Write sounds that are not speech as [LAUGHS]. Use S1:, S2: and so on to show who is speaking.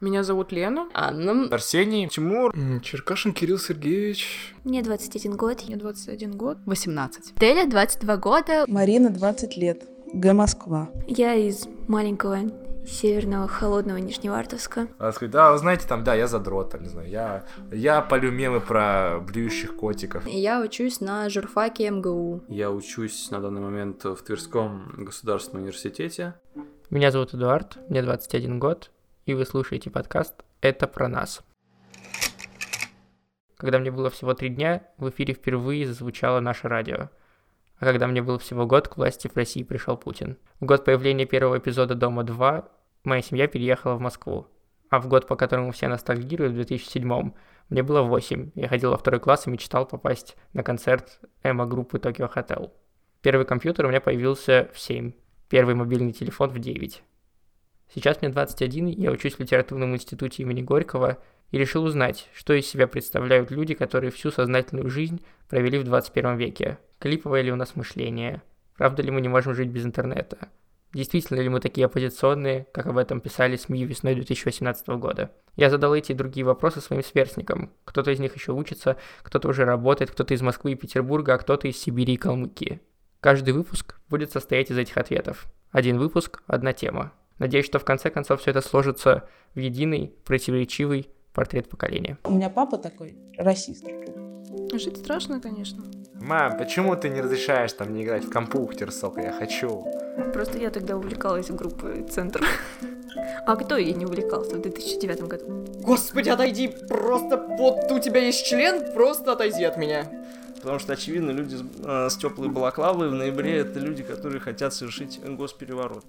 S1: Меня зовут Лена.
S2: Анна.
S3: Арсений, Тимур,
S4: М, Черкашин Кирилл Сергеевич.
S5: Мне 21 год.
S1: Мне 21 год.
S6: 18.
S5: Деля 22 года.
S7: Марина, 20 лет. Г. Москва.
S5: Я из маленького северного холодного Нижневартовска.
S3: Она сказать, э, да, вы знаете, там, да, я задрот, там, не знаю, я, я полю мемы про блюющих котиков.
S2: Я учусь на журфаке МГУ.
S8: Я учусь на данный момент в Тверском государственном университете.
S9: Меня зовут Эдуард, мне 21 год, и вы слушаете подкаст «Это про нас». Когда мне было всего три дня, в эфире впервые зазвучало наше радио. А когда мне было всего год, к власти в России пришел Путин. В год появления первого эпизода «Дома-2» моя семья переехала в Москву. А в год, по которому все ностальгируют, в 2007 мне было 8. Я ходил во второй класс и мечтал попасть на концерт эмо-группы Tokyo Hotel. Первый компьютер у меня появился в 7 первый мобильный телефон в 9. Сейчас мне 21, я учусь в литературном институте имени Горького и решил узнать, что из себя представляют люди, которые всю сознательную жизнь провели в 21 веке. Клиповое ли у нас мышление? Правда ли мы не можем жить без интернета? Действительно ли мы такие оппозиционные, как об этом писали СМИ весной 2018 года? Я задал эти и другие вопросы своим сверстникам. Кто-то из них еще учится, кто-то уже работает, кто-то из Москвы и Петербурга, а кто-то из Сибири и Калмыкии. Каждый выпуск будет состоять из этих ответов. Один выпуск, одна тема. Надеюсь, что в конце концов все это сложится в единый, противоречивый портрет поколения.
S7: У меня папа такой расист.
S1: Жить страшно, конечно.
S3: Мам, почему ты не разрешаешь там не играть в компьютер, сука, я хочу.
S5: Просто я тогда увлекалась группой «Центр». [LAUGHS] А кто ей не увлекался в 2009 году?
S2: Господи, отойди! Просто вот у тебя есть член, просто отойди от меня.
S10: Потому что, очевидно, люди с, э, с теплой балаклавой в ноябре это люди, которые хотят совершить госпереворот.